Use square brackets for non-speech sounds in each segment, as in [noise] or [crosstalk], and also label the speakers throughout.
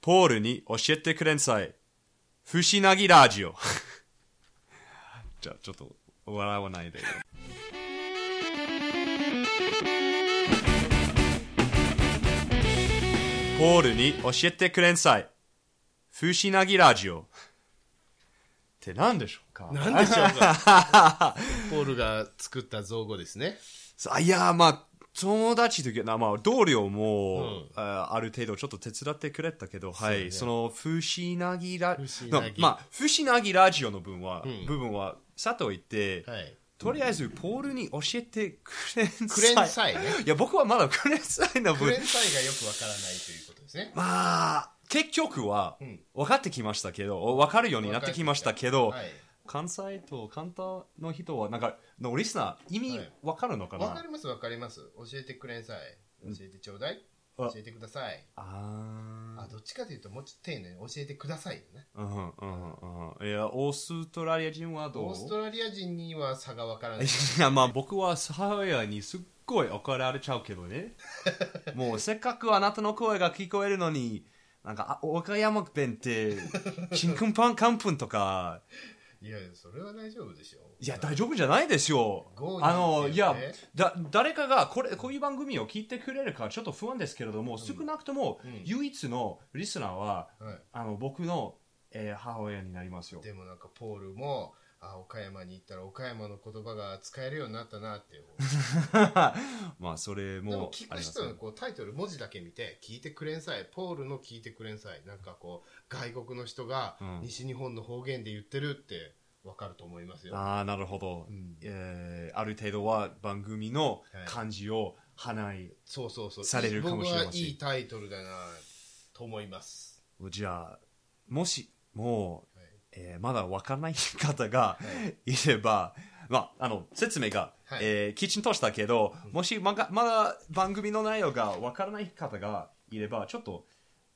Speaker 1: ポールに教えてくれんさい。不思なぎラジオ。 [laughs] じゃあ、ちょっと、笑わないで。ポールに教えてくれんさい。不思なぎラジオ。ってなんでしょうか
Speaker 2: [laughs] なんでしょうか
Speaker 1: [laughs]
Speaker 2: ポールが作った造語ですね。
Speaker 1: さあいや、まあ、友達というか、まあ、同僚も、
Speaker 2: うん
Speaker 1: あある程度ちょっと手伝ってくれたけど、
Speaker 2: う
Speaker 1: は
Speaker 2: ね
Speaker 1: い、その、ふしなぎラ
Speaker 2: ふし
Speaker 1: ジ
Speaker 2: な
Speaker 1: オ
Speaker 2: ぎ、
Speaker 1: まあ、ふしなぎラジオの分は、
Speaker 2: うん
Speaker 1: 部分は、さといて、 [laughs]
Speaker 2: はい。
Speaker 1: とりあえず、ポールに教えてくれんさい。
Speaker 2: クレンサイね。
Speaker 1: いや、僕はまだクレンサイの
Speaker 2: ク
Speaker 1: 分
Speaker 2: レン、サイがよくわからないということですね。
Speaker 1: まあ、結局は
Speaker 2: うん、
Speaker 1: 分かってきましたけど、分かるようになってきましたけど、
Speaker 2: はい。
Speaker 1: 関西と関東の人は、なんか、のリスナー、意味
Speaker 2: はい
Speaker 1: 分かるのかな、
Speaker 2: わかりますわかります。教えてくれんさい。教えてちょうだい。
Speaker 1: あ
Speaker 2: 教えてください。
Speaker 1: あー
Speaker 2: あ、どっちかというともうちょっと丁寧に教えてくださいよね。
Speaker 1: うんうんうんうんいや、オーストラリア人はどう
Speaker 2: オーストラリア人には差がわからない。
Speaker 1: いや、まあ僕は母親にすっごい怒られちゃうけど
Speaker 2: [laughs]
Speaker 1: ね。もうせっかくあなたの声が聞こえるのに、なんか、あ岡山弁
Speaker 2: [laughs]
Speaker 1: って、ちんくんぱんかんぷんとか、
Speaker 2: いや、それは大丈夫でしょ。
Speaker 1: いや、大丈夫じゃないですよ
Speaker 2: ゴ。ー
Speaker 1: あの、
Speaker 2: に
Speaker 1: い
Speaker 2: 言っ
Speaker 1: や
Speaker 2: てよね、
Speaker 1: だ、誰かがこれ、こういう番組を聞いてくれるかちょっと不安ですけれども、少なくとも
Speaker 2: うん
Speaker 1: 唯一のリスナーは、
Speaker 2: はい。
Speaker 1: あの、僕の、えー母親になりますよ。
Speaker 2: でもなんかポールも、あ、岡山に行ったら岡山の言葉が使えるようになったなって。
Speaker 1: まあ、それも
Speaker 2: でも聞
Speaker 1: あ
Speaker 2: く
Speaker 1: ります
Speaker 2: 人
Speaker 1: ね
Speaker 2: のこうタイトル文字だけ見て聞いてくれんさいポールの聞いてくれんさいなんかこう外国の人が
Speaker 1: うん
Speaker 2: 西日本の方言で言ってるってわかると思いますよ、
Speaker 1: ああ、なるほど、
Speaker 2: うん
Speaker 1: えーある程度は番組の漢字を花い、
Speaker 2: そうそうそう
Speaker 1: されるかもしれません
Speaker 2: 僕はいいタイトルだなと思います、
Speaker 1: じゃあ、もし、もう、
Speaker 2: はい
Speaker 1: えーまだわからない方がいれば、まあ、あの、説明が、
Speaker 2: はい
Speaker 1: えーきちんとしたけど、もしまが、まだ番組の内容がわからない方がいれば、ちょっと、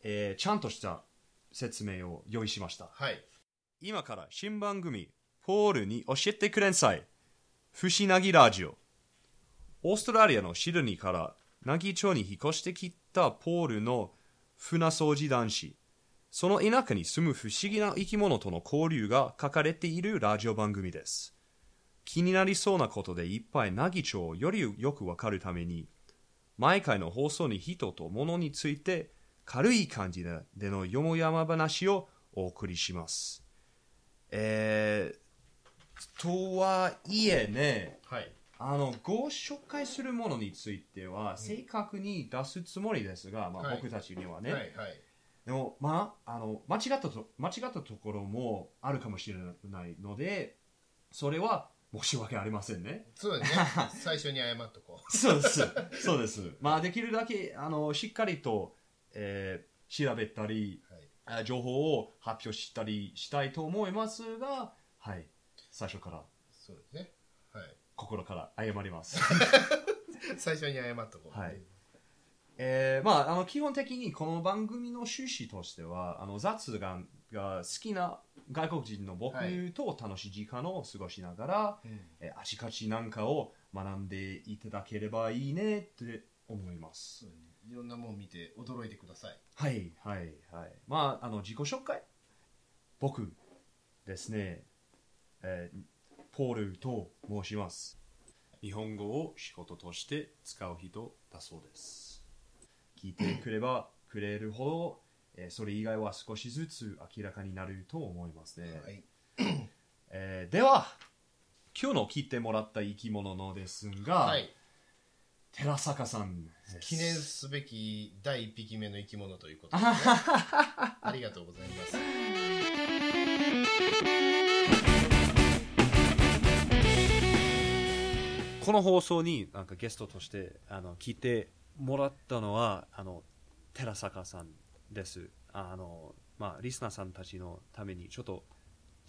Speaker 1: えーちゃんとした説明を用意しました。
Speaker 2: はい
Speaker 1: 今から新番組、ポールに教えてくれんさい。不思なぎラジオ。オーストラリアのシドニーから、ナギ町に引っ越してきたポールの船掃除男子。その田舎に住む不思議な生き物との交流が書かれているラジオ番組です。気になりそうなことでいっぱいナギ町をよりよくわかるために、毎回の放送に人と物について軽い感じでのよもやま話をお送りします。えーとはいえね、
Speaker 2: はい
Speaker 1: あの、ご紹介するものについては、正確に出すつもりですが、まあ、
Speaker 2: はい
Speaker 1: 僕たちにはね、
Speaker 2: はいはい
Speaker 1: でも、まあ、あの、間違ったと、間違ったところもあるかもしれないので、それは申し訳ありませんね。
Speaker 2: そう
Speaker 1: [laughs]
Speaker 2: だね最初に謝っとこ
Speaker 1: そうです。 [laughs] そうです。まあ、できるだけ、あの、しっかりと、えー調べたり、
Speaker 2: う、はい、
Speaker 1: あ情報を発表したりしたいと思いますが、はい。最初から
Speaker 2: そうですねはい
Speaker 1: 心から謝ります。 [laughs]
Speaker 2: 最初に謝っとこう
Speaker 1: はいえーまあ、あの基本的にこの番組の趣旨としてはあの雑談が好きな外国人の僕
Speaker 2: はい
Speaker 1: と楽しい時間を過ごしながら、
Speaker 2: うん
Speaker 1: えーあちかちなんかを学んでいただければいいねって思いま
Speaker 2: そ
Speaker 1: す
Speaker 2: う。だねいろんなもん見て驚いてください
Speaker 1: はいはいはい。まあ、あの自己紹介僕ですね、えーポールと申します。日本語を仕事として使う人だそうです。聞いてくればくれるほど、えーそれ以外は少しずつ明らかになると思いますね。
Speaker 2: はい
Speaker 1: えーでは、今日の聞いてもらった生き物のですが、
Speaker 2: はい
Speaker 1: 寺坂さんです
Speaker 2: 記念すべき第一匹目の生き物ということ
Speaker 1: あ
Speaker 2: で、
Speaker 1: は
Speaker 2: ね、
Speaker 1: は
Speaker 2: ありがとうございます。
Speaker 1: この放送になんかゲストとしてあの聞いてもらったのはあの寺坂さんですあの、まあ、リスナーさんたちのためにちょっと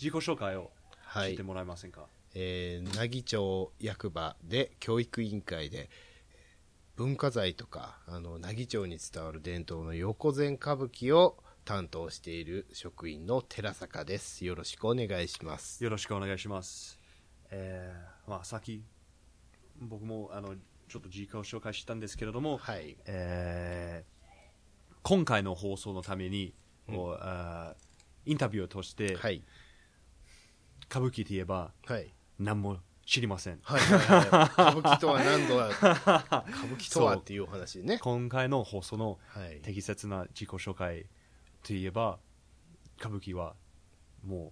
Speaker 1: 自己紹介を
Speaker 2: は
Speaker 1: してもらえませんか、
Speaker 2: えー、奈義町役場で教育委員会でえー文化財とかあの奈義町に伝わる伝統の横前歌舞伎を担当している職員の寺坂ですよろしくお願いします
Speaker 1: よろしくお願いしますえーまあ先僕もあのちょっと自己紹介したんですけれども、
Speaker 2: はい
Speaker 1: えー今回の放送のためにを、あーインタビューを通して、
Speaker 2: はい。
Speaker 1: 歌舞伎といえば
Speaker 2: はい。
Speaker 1: 何も知りません
Speaker 2: はいはいはい歌舞伎とは何度は歌舞伎とはっていうお話ね。
Speaker 1: 今回の放送の
Speaker 2: はい。
Speaker 1: 適切な自己紹介といえば歌舞伎はもう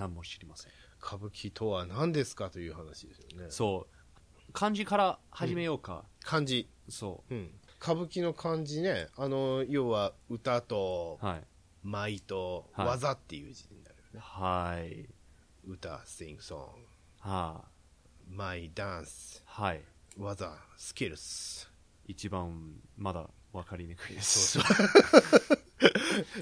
Speaker 1: 何も知りません
Speaker 2: 歌舞伎とは何ですかという話ですよね。
Speaker 1: そう漢字から始めようか、
Speaker 2: 漢字。
Speaker 1: そ
Speaker 2: うん。歌舞伎の漢字ね。あの、要は歌と
Speaker 1: うはい
Speaker 2: 舞と
Speaker 1: はい
Speaker 2: 技っていう字になるよね。
Speaker 1: はい
Speaker 2: 歌、sing song。
Speaker 1: は
Speaker 2: 舞、ダンス。
Speaker 1: あはい
Speaker 2: 技、スキルス。
Speaker 1: 一番まだ分かりにくいです
Speaker 2: そうそう。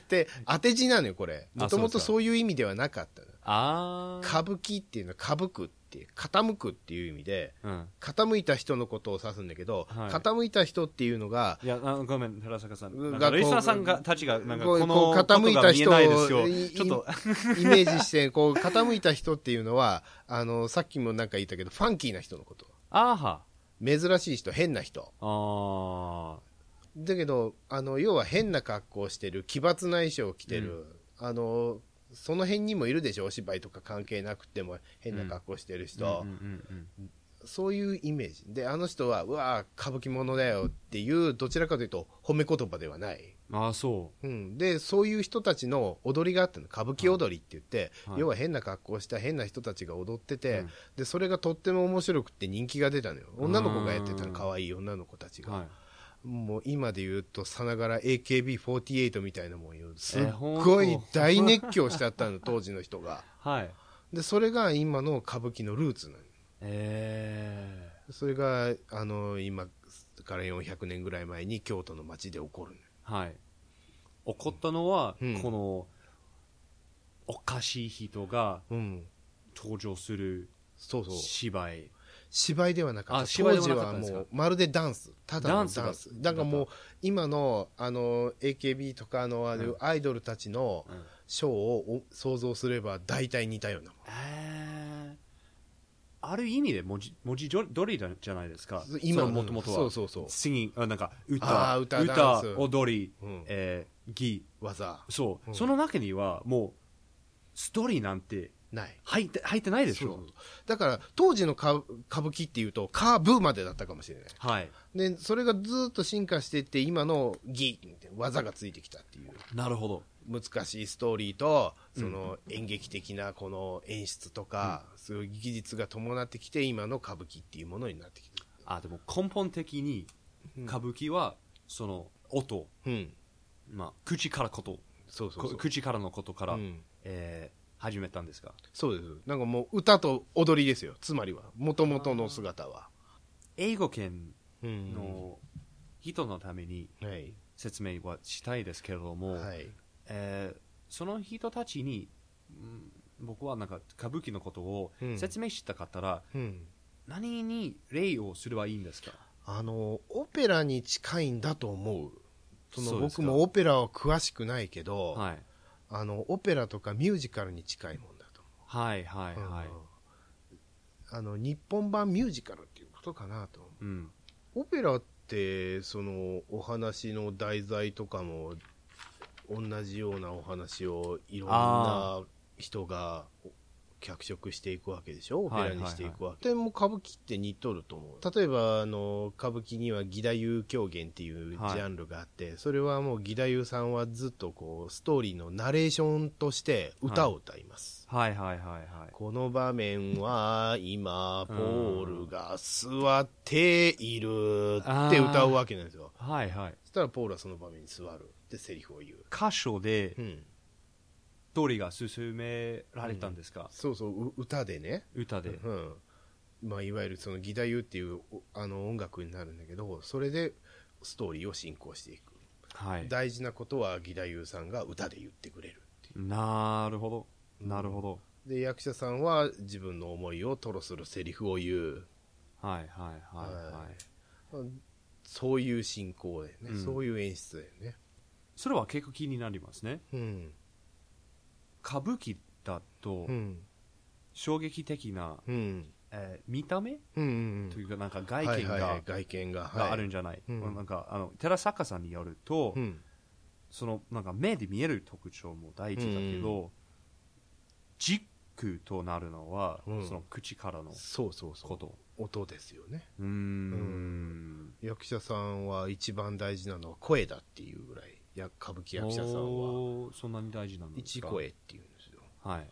Speaker 2: で、当て字なのよ、これ。もともとそういう意味ではなかったの。
Speaker 1: ああ
Speaker 2: 歌舞伎っていうのは、歌舞くっていう、傾くっていう意味で、
Speaker 1: うん
Speaker 2: 傾いた人のことを指すんだけど、
Speaker 1: はい
Speaker 2: 傾いた人っていうのが、
Speaker 1: いやあごめん寺坂さん
Speaker 2: う
Speaker 1: なん
Speaker 2: が
Speaker 1: か
Speaker 2: こう
Speaker 1: リスナーさんがたちがなんか
Speaker 2: こう
Speaker 1: この
Speaker 2: こう傾いた人
Speaker 1: ことが見えないですよ
Speaker 2: いい
Speaker 1: ちょっと
Speaker 2: イメージして、こう、傾いた人っていうのは、あの、さっきもなんか言ったけど、ファンキーな人のこと。
Speaker 1: あーは
Speaker 2: 珍しい人、変な人。
Speaker 1: あ
Speaker 2: だけど、あの、要は変な格好をしてる、奇抜な衣装を着てる、あの、その辺にもいるでしょ、お芝居とか関係なくても変な格好してる人。
Speaker 1: ーうんうんうん
Speaker 2: そういうイメージ。で、あの人は、うわー歌舞伎者だよっていう、どちらかというと、褒め言葉ではない。
Speaker 1: うんああそ
Speaker 2: うん。で、そういう人たちの踊りがあったの。歌舞伎踊りって言って、
Speaker 1: はいはい
Speaker 2: 要は変な格好をした変な人たちが踊ってて、
Speaker 1: うん
Speaker 2: で、それがとっても面白くて人気が出たのよ。女の子がやってたの、
Speaker 1: うん
Speaker 2: 可愛い女の子たち
Speaker 1: う
Speaker 2: が。
Speaker 1: はい
Speaker 2: もう今で言うと、さながら AKB48 みたいなもんよ。すっ
Speaker 1: えほんと
Speaker 2: ごい大熱狂しちゃっ
Speaker 1: [laughs]
Speaker 2: たの、当時の人が。
Speaker 1: はい
Speaker 2: で、それが今の歌舞伎のルーツなの。
Speaker 1: え
Speaker 2: それがあの今から400年ぐらい前に京都の町で起こるの
Speaker 1: ー、はい怒ったのは、
Speaker 2: うん
Speaker 1: このおかしい人が
Speaker 2: うん
Speaker 1: 登場する
Speaker 2: そうそう
Speaker 1: 芝居
Speaker 2: 芝居ではなかった
Speaker 1: あ芝居では
Speaker 2: 当時
Speaker 1: なかっ
Speaker 2: は
Speaker 1: たんですか
Speaker 2: もうまるでダンスただのダンス
Speaker 1: ダンスが
Speaker 2: だからもう今のあの AKB とかのあ
Speaker 1: う
Speaker 2: の
Speaker 1: ん
Speaker 2: アイドルたちの
Speaker 1: うん
Speaker 2: ショーをお想像すれば大体似たようなもん
Speaker 1: えーある意味で文字文字通りだじゃないですか
Speaker 2: 今
Speaker 1: もともとは
Speaker 2: そうそうそう
Speaker 1: singing あなんか
Speaker 2: あ
Speaker 1: 歌
Speaker 2: ー歌ダンス
Speaker 1: 踊り、
Speaker 2: うん
Speaker 1: えー、儀
Speaker 2: 技
Speaker 1: そう、
Speaker 2: うん
Speaker 1: その中にはもうストーリーなんて
Speaker 2: ない
Speaker 1: 入って入ってないでし
Speaker 2: そう
Speaker 1: ょ
Speaker 2: そうだから当時の歌歌舞伎っていうとカーブーまでだったかもしれない
Speaker 1: はい
Speaker 2: でそれがずーっと進化していって今の技技がついてきたっていう
Speaker 1: なるほど
Speaker 2: 難しいストーリーとその演劇的なこの演出とか、そういう技術が伴ってきて今の歌舞伎っていうものになってきてる、
Speaker 1: あでも根本的に歌舞伎はその音、
Speaker 2: うん、
Speaker 1: まあ、口からこと
Speaker 2: そうそうそ
Speaker 1: こ
Speaker 2: う
Speaker 1: 口からのことから、
Speaker 2: うん
Speaker 1: えー始めたんですが
Speaker 2: そうですなんかもう歌と踊りですよつまりはもともとの姿は、
Speaker 1: 英語圏
Speaker 2: うん
Speaker 1: の人のために
Speaker 2: はい、
Speaker 1: 説明はしたいですけれども、
Speaker 2: はい、
Speaker 1: えーその人たちに、うん僕はなんか歌舞伎のことを
Speaker 2: うん
Speaker 1: 説明したかったら、
Speaker 2: うん、
Speaker 1: 何に礼をすればいいんですか
Speaker 2: あのオペラに近いんだと思うその
Speaker 1: そうです
Speaker 2: 僕
Speaker 1: か
Speaker 2: もオペラは詳しくないけど、
Speaker 1: はい
Speaker 2: あのオペラとかミュージカルに近いもんだと
Speaker 1: はいはい
Speaker 2: 思う、
Speaker 1: はい、
Speaker 2: あの日本版ミュージカルっていうことかなと思
Speaker 1: うん、
Speaker 2: うオペラってそのお話の題材とかも同じようなお話をいろんな
Speaker 1: あ
Speaker 2: 人が脚色していくわけでしょオペ
Speaker 1: はい
Speaker 2: ラにしていくわけ、でも歌舞伎って似とると思う例えばあの歌舞伎には義太夫狂言っていうジ
Speaker 1: はい
Speaker 2: ャンルがあって、それはもう義太夫さんはずっとこうストーリーのナレーションとして歌を歌います、
Speaker 1: はいはいはいはい
Speaker 2: この場面は今ポールが座っているって歌うわけなんですよ
Speaker 1: はいはい
Speaker 2: そしたらポールはその場面に座るでセリフを言う、
Speaker 1: 箇所で
Speaker 2: うん、
Speaker 1: 通りが進められたんですか、
Speaker 2: そうそうう歌でね、
Speaker 1: 歌で、
Speaker 2: うんまあ、いわゆるその義太夫っていうおあの音楽になるんだけどそれでストーリーを進行していく、
Speaker 1: はい
Speaker 2: 大事なことは義太夫さんが歌で言ってくれるってい
Speaker 1: なるほどなるほど、
Speaker 2: うで役者さんは自分の思いを吐露するセリフを言う
Speaker 1: はいはいはいはい、
Speaker 2: はいそういう進行だよね、
Speaker 1: うん
Speaker 2: そういう演出だよね
Speaker 1: それは結構気になりますね
Speaker 2: うん
Speaker 1: 歌舞伎だと
Speaker 2: うん
Speaker 1: 衝撃的な、
Speaker 2: うん
Speaker 1: えー見た目
Speaker 2: うん
Speaker 1: というかなんか
Speaker 2: うん
Speaker 1: 外
Speaker 2: はい
Speaker 1: 見が、
Speaker 2: はいはい外見が
Speaker 1: がある
Speaker 2: ん
Speaker 1: んじゃない、
Speaker 2: うん
Speaker 1: なんかあの寺坂さんによると、
Speaker 2: うん
Speaker 1: そのなんか目で見える特徴も大事だけど、軸となるのは、
Speaker 2: うん
Speaker 1: その口からの
Speaker 2: そうそうそ
Speaker 1: こ
Speaker 2: う
Speaker 1: と
Speaker 2: 音ですよね
Speaker 1: うーん
Speaker 2: 役者さんは一番大事なのは声だっていうぐらいや歌舞伎役者さんは
Speaker 1: おーそんなに大事なんです
Speaker 2: 一
Speaker 1: か
Speaker 2: 声っていうんですよ、
Speaker 1: はい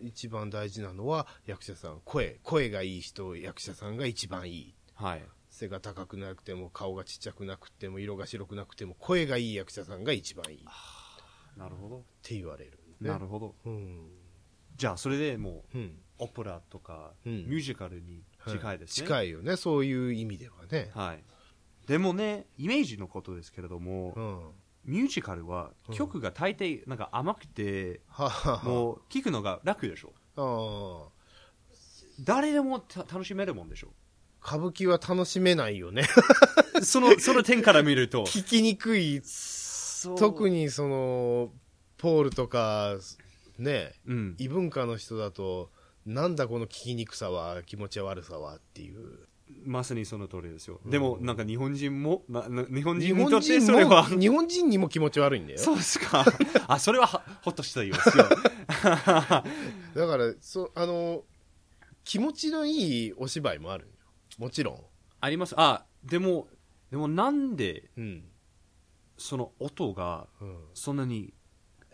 Speaker 2: うん、一番大事なのは役者さん声声がいい人役者さんが一番いい
Speaker 1: はい
Speaker 2: 背が高くなくても顔がちっちゃくなくても色が白くなくても声がいい役者さんが一番いいっ
Speaker 1: なるほど、
Speaker 2: て言われる、
Speaker 1: なるほど
Speaker 2: うん
Speaker 1: じゃあそれでも
Speaker 2: うん
Speaker 1: うオペラとか
Speaker 2: うん
Speaker 1: ミュージカルに近いですね、
Speaker 2: 近いよねそういう意味ではね、
Speaker 1: はいでもねイメージのことですけれども、
Speaker 2: うんは
Speaker 1: ミュージカルは
Speaker 2: うん
Speaker 1: 曲が大抵なんか甘くて、
Speaker 2: あはあ
Speaker 1: もう聴くのが楽でしょ
Speaker 2: ああ
Speaker 1: 誰でもた楽しめるもん
Speaker 2: [laughs]
Speaker 1: でしょ
Speaker 2: 歌舞伎は楽しめないよね
Speaker 1: そのその点から見る
Speaker 2: [laughs]
Speaker 1: と
Speaker 2: 聞きにくい特にそのポールとかね
Speaker 1: うん
Speaker 2: 異文化の人だとなんだこの聞きにくさは気持ち悪さはっていう
Speaker 1: まさにその通りですよ、
Speaker 2: うん
Speaker 1: でもなんか日本人もなな日本
Speaker 2: 日
Speaker 1: 人に
Speaker 2: 本
Speaker 1: とって
Speaker 2: 人
Speaker 1: それ
Speaker 2: も
Speaker 1: は
Speaker 2: 日本人にも気持ち悪いんだよ
Speaker 1: そうですか [laughs] あそれははほっとしたよですよ
Speaker 2: だからそあの気持ちのいいお芝居もあるんよもちろん、
Speaker 1: [laughs] ありますあでもでもなんで
Speaker 2: うん
Speaker 1: その音が
Speaker 2: うん、
Speaker 1: そんなに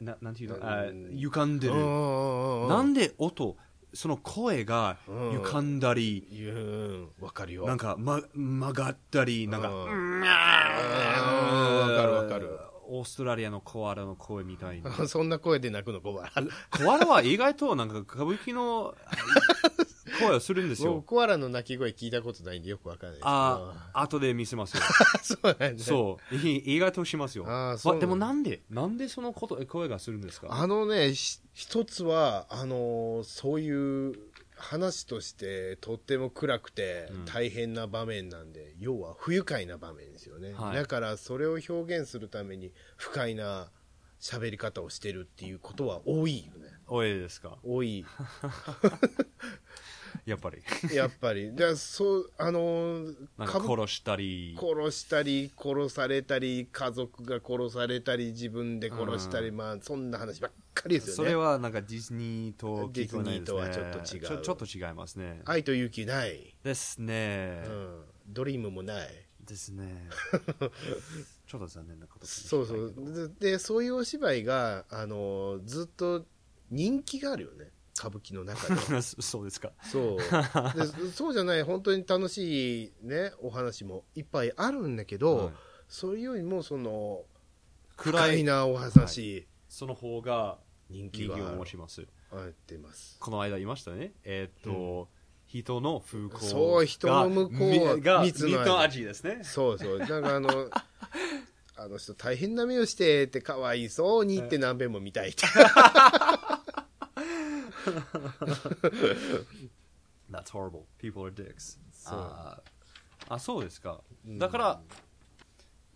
Speaker 1: ななんていうのあ
Speaker 2: うん
Speaker 1: 歪んで
Speaker 2: うんう
Speaker 1: る
Speaker 2: んうん
Speaker 1: なんで音その声が
Speaker 2: うん
Speaker 1: 歪んだり、
Speaker 2: うんわかるよ
Speaker 1: なんか、ま、曲がったり、なんか、
Speaker 2: う
Speaker 1: う
Speaker 2: ん
Speaker 1: ん
Speaker 2: わかるわかる。
Speaker 1: オーストラリアのコアラの声みたいな。 [laughs]
Speaker 2: そんな声で泣くのコアラ
Speaker 1: コアラは意外となんか歌舞伎 [laughs] の声をするんです
Speaker 2: 僕
Speaker 1: よ。
Speaker 2: コアラの鳴き声聞いたことないんでよくわかんないですけど
Speaker 1: ああ、後で見せますよ。
Speaker 2: [laughs] そうなんだ
Speaker 1: そう。 [laughs] い意外としますよ。
Speaker 2: あーそう
Speaker 1: わでもなんで、なんでそのこと声がするんですか
Speaker 2: あのねひ一つはあのーそういう話としてとっても暗くて
Speaker 1: うん
Speaker 2: 大変な場面なんで、要は不愉快な場面ですよね、
Speaker 1: はい
Speaker 2: だからそれを表現するために不快な喋り方をしてるっていうことは多いよね
Speaker 1: おいですか [laughs]
Speaker 2: 多い
Speaker 1: やっぱり。
Speaker 2: やっぱりでそうあのー
Speaker 1: なんか
Speaker 2: 歌舞
Speaker 1: 殺したり。
Speaker 2: 殺したり殺されたり家族が殺されたり自分で殺したり、
Speaker 1: う
Speaker 2: まあそんな話ばっかりですよね
Speaker 1: それはなんかディズニーと聞こえないですね
Speaker 2: ディズニーとはちょっと違う
Speaker 1: ちょちょっと違いますね。
Speaker 2: 愛と勇気ない、
Speaker 1: ですね。
Speaker 2: うん、ドリームもない
Speaker 1: です
Speaker 2: [laughs]
Speaker 1: ねちょっと残念なことかもしれ
Speaker 2: そ
Speaker 1: な
Speaker 2: う
Speaker 1: い
Speaker 2: そ
Speaker 1: けど
Speaker 2: うででそういうお芝居があのずっと人気があるよね歌舞伎の中
Speaker 1: [laughs]
Speaker 2: で
Speaker 1: そ [laughs] そうですか
Speaker 2: そうでそうじゃない本当に楽しいねお話もいっぱいあるんだけど、
Speaker 1: はい
Speaker 2: それよりもその
Speaker 1: 暗
Speaker 2: 暗い
Speaker 1: い
Speaker 2: なお話、
Speaker 1: その方が
Speaker 2: 人気
Speaker 1: 人
Speaker 2: が
Speaker 1: 気
Speaker 2: あ
Speaker 1: を
Speaker 2: る
Speaker 1: 申します
Speaker 2: あってます
Speaker 1: この間いましたねえーっと、人の風光が
Speaker 2: そう人の向こう
Speaker 1: みが
Speaker 2: 蜜
Speaker 1: 蜜
Speaker 2: の味
Speaker 1: の味ですね
Speaker 2: そうそうなんか
Speaker 1: [laughs]
Speaker 2: あのあの人大変な目をしてってかわいそうにって何遍も見たいって
Speaker 1: That's horrible people are dicks
Speaker 2: そう
Speaker 1: あーあそうですか
Speaker 2: う
Speaker 1: [laughs]
Speaker 2: ん
Speaker 1: だから、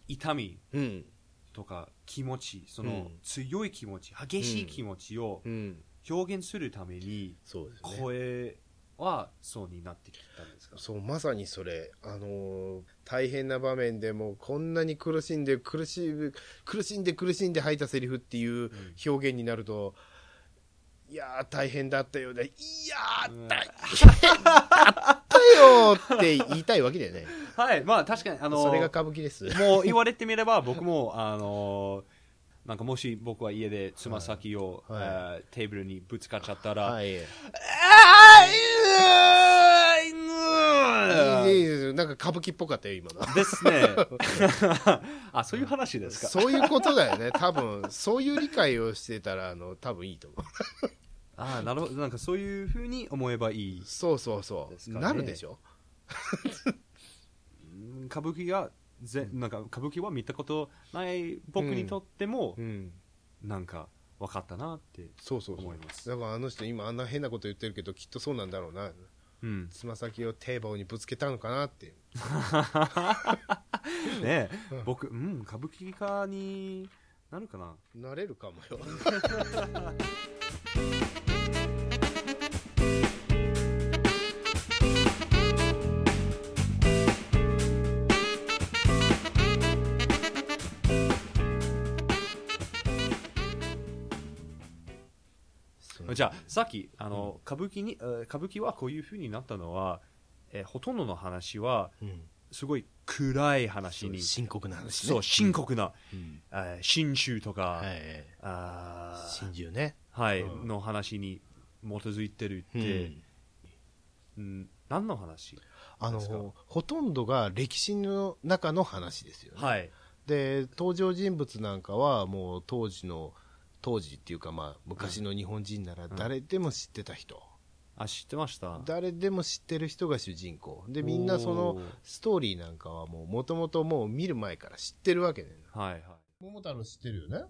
Speaker 1: 痛み
Speaker 2: うん
Speaker 1: とか気持ちそうの
Speaker 2: ん
Speaker 1: 強い気持ち激しい気持ちを
Speaker 2: うん
Speaker 1: 表現するために
Speaker 2: そうですね
Speaker 1: 声はそうになってきたんですか
Speaker 2: そうまさにそれ、あのー大変な場面でもこんなに苦しんで苦しむ苦しんで苦しんで吐いたセリフっていう表現になると、いやー大変だったよねいやー大変だったよって言いたいわけだよね、
Speaker 1: はい、まあ確かに、あの、
Speaker 2: それが歌舞
Speaker 1: [laughs]
Speaker 2: 伎です
Speaker 1: もう言われてみれば僕も、 [laughs] あの、なんかもし僕は家でつま先を、
Speaker 2: はい
Speaker 1: えーテーブルにぶつかっちゃったら、 [laughs]
Speaker 2: はいい
Speaker 1: あーう
Speaker 2: い
Speaker 1: ー
Speaker 2: いいいなんか歌舞伎っぽかったよ今の
Speaker 1: ですね。 [laughs] あ、そういう話ですか。
Speaker 2: そういうことだよね [laughs] 多分そういう理解をしてたらあの多分いいと思う
Speaker 1: あーなるほど。なんかそういうふうに思えばいい。
Speaker 2: そうそうそ
Speaker 1: です
Speaker 2: う、
Speaker 1: かね
Speaker 2: なるでしょ
Speaker 1: うん歌舞伎が、ぜなんか歌舞伎は見たことない僕にとっても、
Speaker 2: ん
Speaker 1: なんか分かったなって。
Speaker 2: そうそうそう
Speaker 1: 思います
Speaker 2: だからあの人今あんな変なこと言ってるけどきっとそうなんだろうな
Speaker 1: うん。
Speaker 2: つま先を堤防にぶつけたのかなって
Speaker 1: ねえ僕、うん、歌舞伎家になるかな。
Speaker 2: なれるかもよ
Speaker 1: 「じゃあさっきあの、歌舞伎にえー歌舞伎はこういう風になったのは、えーほとんどの話は
Speaker 2: うん
Speaker 1: すごい暗い話に
Speaker 2: 深刻な話ね
Speaker 1: そう深刻な、
Speaker 2: うん
Speaker 1: えー真宗とか、
Speaker 2: はい
Speaker 1: あー
Speaker 2: 真珠ね
Speaker 1: はい、
Speaker 2: うん
Speaker 1: の話に基づいてるっ
Speaker 2: う
Speaker 1: てう
Speaker 2: ん、
Speaker 1: ん、何の話
Speaker 2: あ
Speaker 1: ですか
Speaker 2: のほとんどが歴史の中の話ですよね、
Speaker 1: はい
Speaker 2: で登場人物なんかはもう当時の当時っていうかまあ昔の日本人なら誰でも知ってた人、
Speaker 1: あ知ってました
Speaker 2: 誰でも知ってる人が主人公でみんなそ
Speaker 1: お
Speaker 2: の
Speaker 1: ー
Speaker 2: ストーリーなんかはもうもともともう見る前から知ってるわけね
Speaker 1: はいはい
Speaker 2: 桃太郎知ってるよね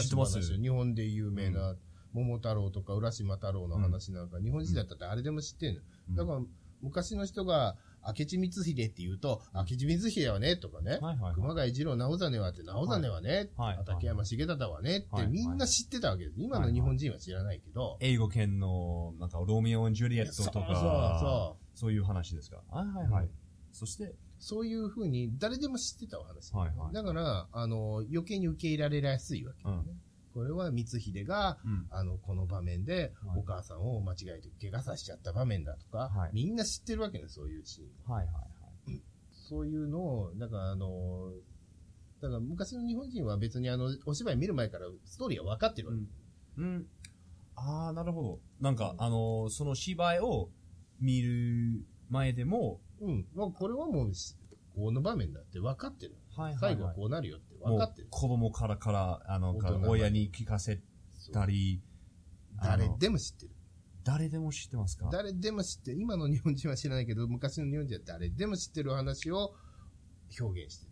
Speaker 1: 知ってます
Speaker 2: 話の日本で有名な桃太郎とか浦島太郎の話なんか、日本人だったら誰でも知ってるの、
Speaker 1: うん
Speaker 2: だから昔の人が明智光秀って言うと、明智光秀はねとかね、
Speaker 1: はいはいはい
Speaker 2: 熊谷次郎直実はって直実はね、
Speaker 1: はいはい
Speaker 2: 畠山重忠はねっ
Speaker 1: はいはい
Speaker 2: てみんな知ってたわけです、今の日本人は知らないけど、
Speaker 1: 英語圏のなんかロミオジュリエットとか
Speaker 2: そうそう
Speaker 1: いう話ですかはいはいはい、
Speaker 2: うん
Speaker 1: そして
Speaker 2: そういうふうに誰でも知ってたお話。
Speaker 1: はいはい
Speaker 2: だから、あの、余計に受け入れられやすいわけ、ね
Speaker 1: う
Speaker 2: これは光秀が、
Speaker 1: うん
Speaker 2: あの、この場面で
Speaker 1: はい
Speaker 2: お母さんを間違えて怪我させちゃった場面だとか、
Speaker 1: はい
Speaker 2: みんな知ってるわけね、そういうシーン。
Speaker 1: はいはいはい
Speaker 2: そういうのを、なんかあの、だから昔の日本人は別にあの、お芝居見る前からストーリーが分かってるわけ。
Speaker 1: うん。ああ、なるほど。なんか、あのーその芝居を見る前でも、
Speaker 2: うん。まあ、これはもうし、この場面だって分かってる。
Speaker 1: はい
Speaker 2: 最後はこうなるよって分かってる。
Speaker 1: 子供からから、あの、
Speaker 2: 大人まで
Speaker 1: 親に聞かせ
Speaker 2: そう
Speaker 1: たり、あの
Speaker 2: 誰でも知ってる。
Speaker 1: 誰でも知ってますか
Speaker 2: 誰でも知ってる今の日本人は知らないけど昔の日本人は誰でも知ってる話を表現して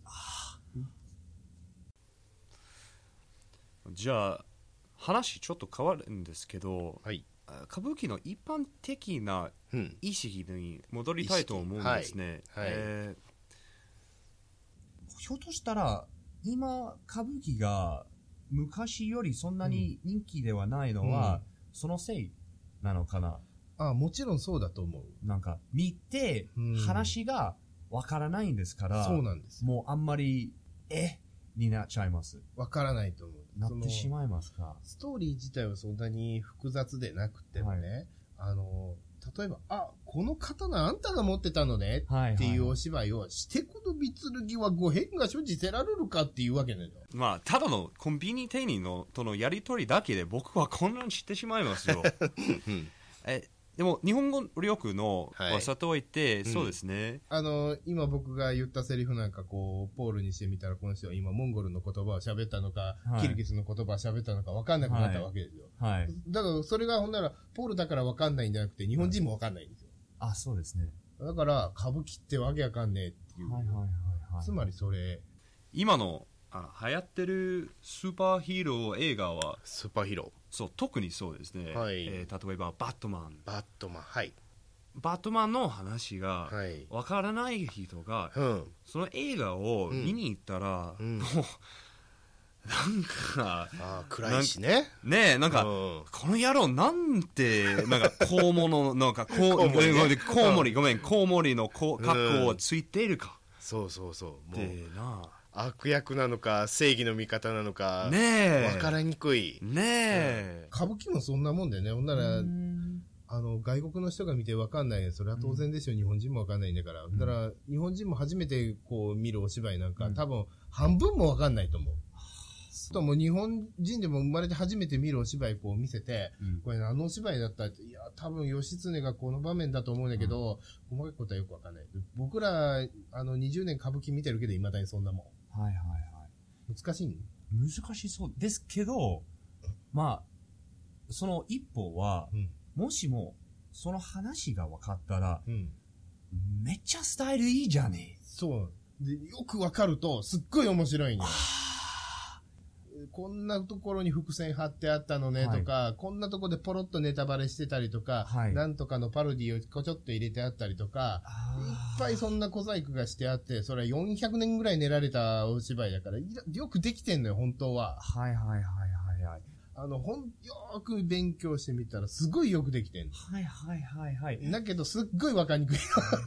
Speaker 2: る
Speaker 1: じゃあ、話ちょっと変わるんですけど、
Speaker 2: はい、
Speaker 1: あ歌舞伎の一般的な
Speaker 2: うん、
Speaker 1: 意識に戻りたいと思うんですね。
Speaker 2: 意識はいはい
Speaker 1: えーひょっとしたら、今、歌舞伎が昔よりそんなに人気ではないのは、そのせいなのかな。
Speaker 2: あもちろんそうだと思う
Speaker 1: なんか、見て
Speaker 2: うん、
Speaker 1: 話がわからないんですから、
Speaker 2: そうなんですよ
Speaker 1: もうあんまり、えになっちゃいます。
Speaker 2: わからないと思う
Speaker 1: なってし
Speaker 2: う
Speaker 1: まいますか。
Speaker 2: ストーリー自体はそんなに複雑でなくてもね、あの例えば「あこの刀あんたが持ってたのね」
Speaker 1: はい、はい。
Speaker 2: っていうお芝居を「してこの三剣はご変が所持せられるか」っていうわけなのよ
Speaker 1: まあ、ただのコンビニ店員のとのやりとりだけで僕は混乱してしまいます [laughs] よ。えでも、日本語力の
Speaker 2: はい
Speaker 1: 技といて、
Speaker 2: うん
Speaker 1: そうですね。
Speaker 2: あの、今僕が言ったセリフなんかこう、ポールにしてみたら、この人は今モンゴルの言葉を喋ったのか、
Speaker 1: はい
Speaker 2: キルギスの言葉を喋ったのか分かんなくなったわけですよ。
Speaker 1: はい。
Speaker 2: だからそれがほんなら、ポールだから分かんないんじゃなくて、日本人も分かんないんですよ。
Speaker 1: あ、そうですね。
Speaker 2: だから、歌舞伎ってわけわかんねえっていう。
Speaker 1: はいはいはいはい。
Speaker 2: つまりそれ、
Speaker 1: 今のあ流行ってるスーパーヒーロー映画は、
Speaker 2: スーパーヒーロ
Speaker 1: そう、特にそうですね。
Speaker 2: はい
Speaker 1: えー例えば、バットマン
Speaker 2: ー、。バットマン、はい。
Speaker 1: バットマンの話が、
Speaker 2: い。
Speaker 1: わからない人が、
Speaker 2: うん。
Speaker 1: その映画を見に行ったら、
Speaker 2: うん
Speaker 1: もう、なんか、
Speaker 2: ああ、
Speaker 1: 暗いし
Speaker 2: ね。
Speaker 1: ねえ、なんか、この野郎なんて、なんか、コウモの、なん
Speaker 2: [laughs]
Speaker 1: か、コウ、
Speaker 2: コウモリね
Speaker 1: ごめんコウモリ、ごめん、コウモリのこう格好をついているか。
Speaker 2: そうそうそう。
Speaker 1: でな
Speaker 2: 悪役なのか、正義の味方なの
Speaker 1: あ
Speaker 2: か
Speaker 1: ねえ。
Speaker 2: にくい。
Speaker 1: ねえ。
Speaker 2: 歌舞伎もそんなもんでね、ほんなら、あの、外国の人が見てわかんないね。それは当然ですよ。日本人もわかんないんだから。
Speaker 1: ん
Speaker 2: だから、日本人も初めてこう見るお芝居なんか、
Speaker 1: うん
Speaker 2: 多分半分もわかんないと思う。ちょっともう日本人でも生まれて初めて見るお芝居こう見せて、
Speaker 1: うん
Speaker 2: これあのお芝居だったら、いや、多分義経がこの場面だと思うんだけど、細かいことはよくわかんない。僕ら、あの、20年歌舞伎見てるけど、未だにそんなも
Speaker 1: はいはいは
Speaker 2: ん。難しいね
Speaker 1: い。難しそうですけど、まあ、その一歩は、
Speaker 2: うん。
Speaker 1: もしも、その話が分かったら、
Speaker 2: うん。
Speaker 1: めっちゃスタイルいいじゃねえ。
Speaker 2: そう。で、よくわかると、すっごい面白いね。こんなところに伏線貼ってあったのねとか、こんなとこでポロッとネタバレしてたりとか、
Speaker 1: はい
Speaker 2: なんとかのパロディをこちょっと入れてあったりとか、いっぱいそんな小細工がしてあって、それは400年ぐらい練られたお芝居だから、いやよくできてんのよ、本当は。
Speaker 1: はいはいはいはいはい。
Speaker 2: あの、ほん、よーく勉強してみたら、すごいよくできてん
Speaker 1: はいはいはいはい。
Speaker 2: の。だけど、すっごいわかりにくい。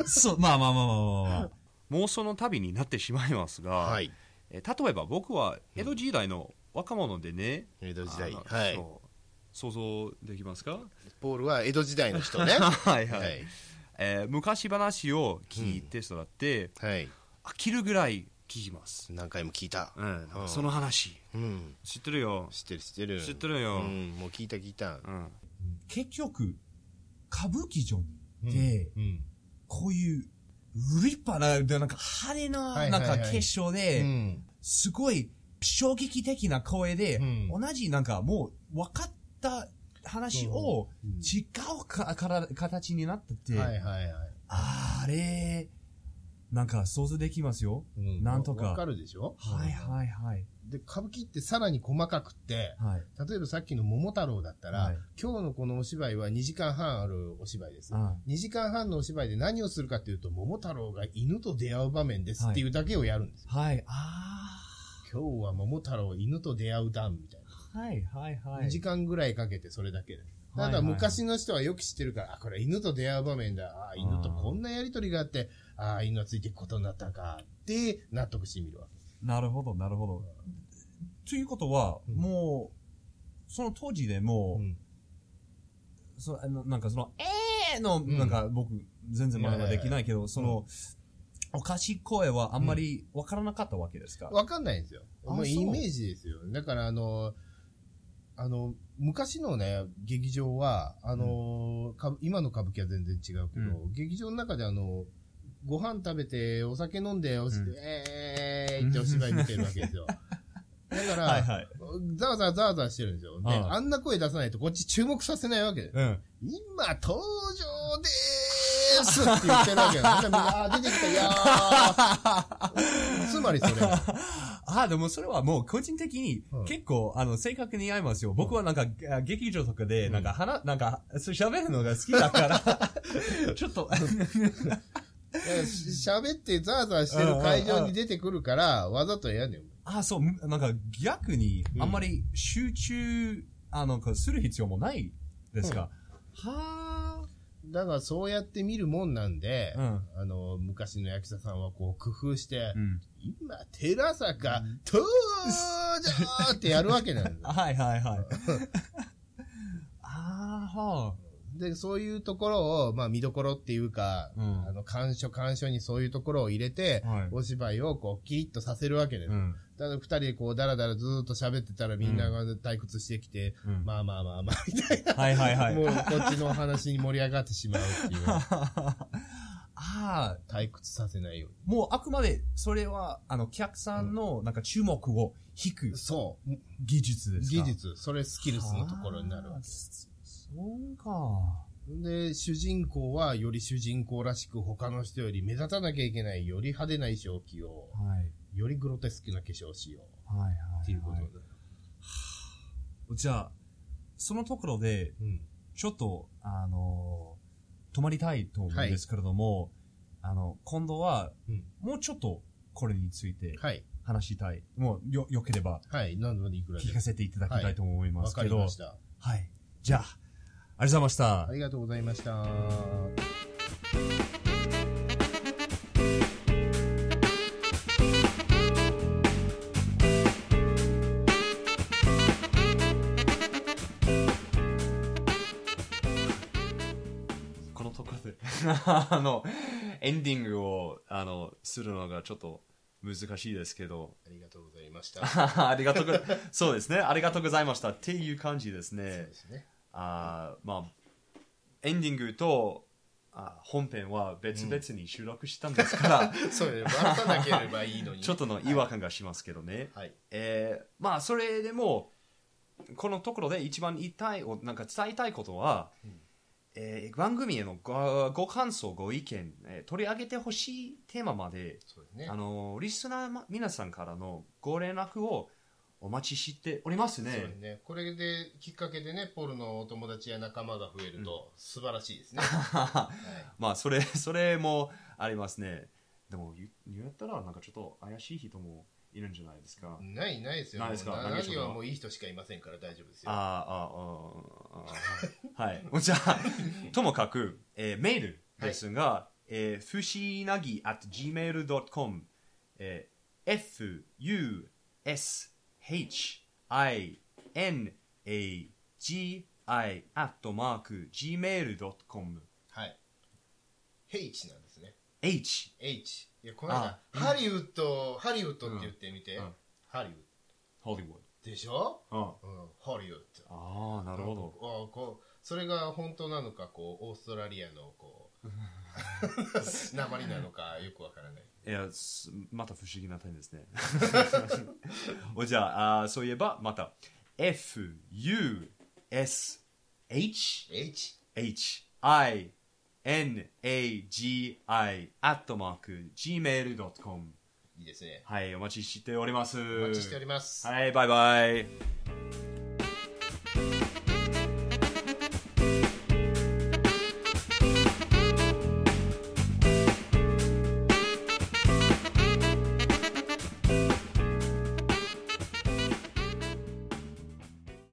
Speaker 1: そう、まあまあまあまあまあ、まあ、妄想の旅になってしまいますが、
Speaker 2: い。
Speaker 1: えー例えば僕は江戸時代の若者でね、
Speaker 2: 江戸
Speaker 1: あのそう想像できますか
Speaker 2: ポールは江戸時代の
Speaker 1: [laughs]
Speaker 2: 人ね
Speaker 1: はい
Speaker 2: は
Speaker 1: はい、
Speaker 2: い
Speaker 1: えー昔話を聞いて育って、
Speaker 2: はい
Speaker 1: 飽きるぐらい聞きます、
Speaker 2: 何回も聞いた
Speaker 1: うんなんかその話
Speaker 2: うん
Speaker 1: 知ってるよ、
Speaker 2: 知ってる知ってる
Speaker 1: 知ってるよ
Speaker 2: うんもう聞いた聞い
Speaker 1: う
Speaker 2: た
Speaker 1: ん、
Speaker 3: 結局、歌舞伎町にで、
Speaker 2: うん
Speaker 3: こういう、立派な、でなんか派手
Speaker 2: は
Speaker 3: な、
Speaker 2: いは
Speaker 3: ないん
Speaker 2: はい
Speaker 3: か結晶
Speaker 2: う
Speaker 3: で、
Speaker 2: ん
Speaker 3: すごい衝撃的な声で、
Speaker 2: うん
Speaker 3: 同じなんかもう分かった話を
Speaker 2: うん
Speaker 3: 違うかから形になってて、
Speaker 2: はいはいはい
Speaker 3: あれ、なんか想像できますよ。
Speaker 2: うん
Speaker 3: なんと
Speaker 2: わ
Speaker 3: か。
Speaker 2: かるでしょ
Speaker 3: はいはいはい。
Speaker 2: で歌舞伎ってさらに細かくって
Speaker 3: はい。
Speaker 2: 例えばさっきの桃太郎だったら、
Speaker 3: はい
Speaker 2: 今日のこのお芝居は2時間半あるお芝居です。
Speaker 3: は
Speaker 2: 2時間半のお芝居で何をするかっていうと、桃太郎が犬と出会う場面ですっていうだけをやるんです。
Speaker 3: はい。あ
Speaker 2: 今日は桃太郎犬と出会う段みたいな。
Speaker 3: あ。はいはいは
Speaker 2: 2
Speaker 3: い。
Speaker 2: 時間ぐらいかけてそれだけで。
Speaker 3: は
Speaker 2: た
Speaker 3: いは
Speaker 2: だ
Speaker 3: い
Speaker 2: 昔の人はよく知ってるから、あ、これ犬と出会う場面だ。あ、犬とこんなやりとりがあって、ああ、犬がついていくことになったか。って納得してみるわけ。
Speaker 3: なるほど、なるほど。ということは、
Speaker 2: うん
Speaker 3: もう、その当時でもう、
Speaker 2: ん
Speaker 3: そあのなんかその、えーの、なんか僕、全然まだできないけど、その、おかしい声はあんまりわからなかったわけですか、
Speaker 2: わかんないんですよ。
Speaker 3: あ
Speaker 2: もう
Speaker 3: そ
Speaker 2: イ
Speaker 3: う
Speaker 2: メージですよ。だからあの、あの、昔のね、劇場は、あの、か今の歌舞伎は全然違うけど、劇場の中であの、ご飯食べて、お酒飲んで、おし
Speaker 1: うん
Speaker 2: えーいってお芝居見てるわけで
Speaker 3: [laughs]
Speaker 2: すよ。だから、
Speaker 3: はいはい。
Speaker 2: ざわざわざわざわしてるんですよ。で、
Speaker 3: ああ
Speaker 2: あんな声出さないとこっち注目させないわけです。
Speaker 3: うん。
Speaker 2: 今、登場でーすって言ってる
Speaker 3: [laughs]
Speaker 2: わけなんですよ。みんな、あー、出てきた、いやー。つまりそれ。
Speaker 3: ああ、でもそれはもう個人的に
Speaker 2: うん
Speaker 3: 結構、あの、正確に合いますよ。僕はなんか、あ劇場とかで、なんか、話、なんか、そう喋るのが好きだ [laughs] から、ちょっと、
Speaker 2: えし喋ってザーザーしてる会場に出てくるから、わざとやんねん。
Speaker 3: あ、そう、むなんか逆に
Speaker 2: う、ん
Speaker 3: あんまり集中、あの、こうする必要もないですか。は
Speaker 2: だからそうやって見るもんなんで、
Speaker 3: うん
Speaker 2: あの、昔の役者さんはこう工夫して、
Speaker 3: あ。うん。
Speaker 2: 今、寺坂、登場ってやるわけなんだ。
Speaker 3: はいはいはい。あーは
Speaker 2: で、そういうところを、まあ見どころっていうか、
Speaker 3: うん
Speaker 2: あの、鑑賞鑑賞にそういうところを入れて、
Speaker 3: はい
Speaker 2: お芝居をこう、キリッとさせるわけです。
Speaker 3: あ。うん。
Speaker 2: ただ二人でこう、だらだらずーっと喋ってたらみんなが退屈してきて、
Speaker 3: うん
Speaker 2: まあまあまあまあ、みたいな。
Speaker 3: はいはいはい
Speaker 2: もうこっちのお話に盛り上がってしまうっていう。
Speaker 3: [laughs] ああ、
Speaker 2: 退屈させないよ
Speaker 3: もうあくまで、それは、あの、客さんの、なんか注目を引
Speaker 2: う
Speaker 3: く
Speaker 2: に。そう。
Speaker 3: 技術です
Speaker 2: 技
Speaker 3: か。
Speaker 2: 術、それスキルスのところになるわ
Speaker 3: あーそそうか。
Speaker 2: け。で、主人公はより主人公らしく他の人より目立たなきゃいけない、より派手な衣装を着よ
Speaker 3: はい。
Speaker 2: う。よりグロテスクな化粧をしよう。
Speaker 3: はいはい、はい。
Speaker 2: っていうことだ。
Speaker 3: じゃあ、そのところで、
Speaker 2: うん。
Speaker 3: ちょっと、あのー止まりたいと思うんですけれども、あの、今度は、
Speaker 2: うん
Speaker 3: もうちょっと、これについて
Speaker 2: はい。
Speaker 3: 話したい。もう、よ、よければ、
Speaker 2: はい。何度までいくらで
Speaker 3: 聞かせていただきたいと思い
Speaker 2: も。
Speaker 3: ま
Speaker 2: わ
Speaker 3: す
Speaker 2: か
Speaker 3: け
Speaker 2: り
Speaker 3: ど。
Speaker 2: ました。
Speaker 3: はい。じゃあ、ありがとうございました
Speaker 2: あ。りがとうございました。
Speaker 1: このところで [laughs] あのエンディングをあのするのがちょっと難しいですけど [laughs]
Speaker 2: ありがとうございました。 [laughs]
Speaker 1: ありがとうごそうですねありがとうございましたっていう感じです
Speaker 2: そう
Speaker 1: ね
Speaker 2: ですね。
Speaker 1: あーまあエンディングとあ本編は別々に収録したんですから、
Speaker 2: そうね。バラさなければいいのに。
Speaker 1: ちょっとの違和感がしますけどね、
Speaker 2: はい。
Speaker 1: えーまあそれでもこのところで一番言いたいおなんか伝えたいことは、えー番組へのごご感想ご意見、えー取り上げてほしいテーマまで、
Speaker 2: そうですね
Speaker 1: あ。のリスナーま皆さんからのご連絡をお待ちしております
Speaker 2: そうです
Speaker 1: ね。
Speaker 2: ね。これで、きっかけでね、ポルのお友達や仲間が増えると、素晴らしいですね。 [laughs] はい
Speaker 1: まあそれ [laughs] それもありますね。でも言言ったらなんかちょっと怪しい人もいるんじゃないですか。
Speaker 2: ない、ないですよ。
Speaker 1: ないですか
Speaker 2: もう
Speaker 1: ないでしょうか
Speaker 2: ナギはもういい人しかいませんから大丈夫ですよ。
Speaker 1: あーあーあーあーはい。 [laughs] はいじゃあ、ともかく、えーメールですが、えー、ふしなぎ at gmail.com、えー、f, u, s, h, i, n, a, gi.gmail.com
Speaker 2: はい。H なんですね。
Speaker 1: h
Speaker 2: H。いや、この間、ハリウッド、ハリウッドって言ってみて。
Speaker 1: うん
Speaker 2: ハリウッ
Speaker 1: Hollywood
Speaker 2: ド。でしょ
Speaker 1: あ
Speaker 2: うん、ハリウッド。
Speaker 1: あーなるほど
Speaker 2: あこうそれが本当なのかこうオーストラリアのこ
Speaker 1: [laughs]
Speaker 2: [laughs] う鉛なのかよくわからない
Speaker 1: いやすまた不思議な点ですね [laughs] おじゃああーそういえばまた fush
Speaker 2: H
Speaker 1: hinagi アットマーク gmail.com
Speaker 2: いいですね
Speaker 1: はい、お待ちしております。お
Speaker 2: お待ちしております、
Speaker 1: はい、バイバイ。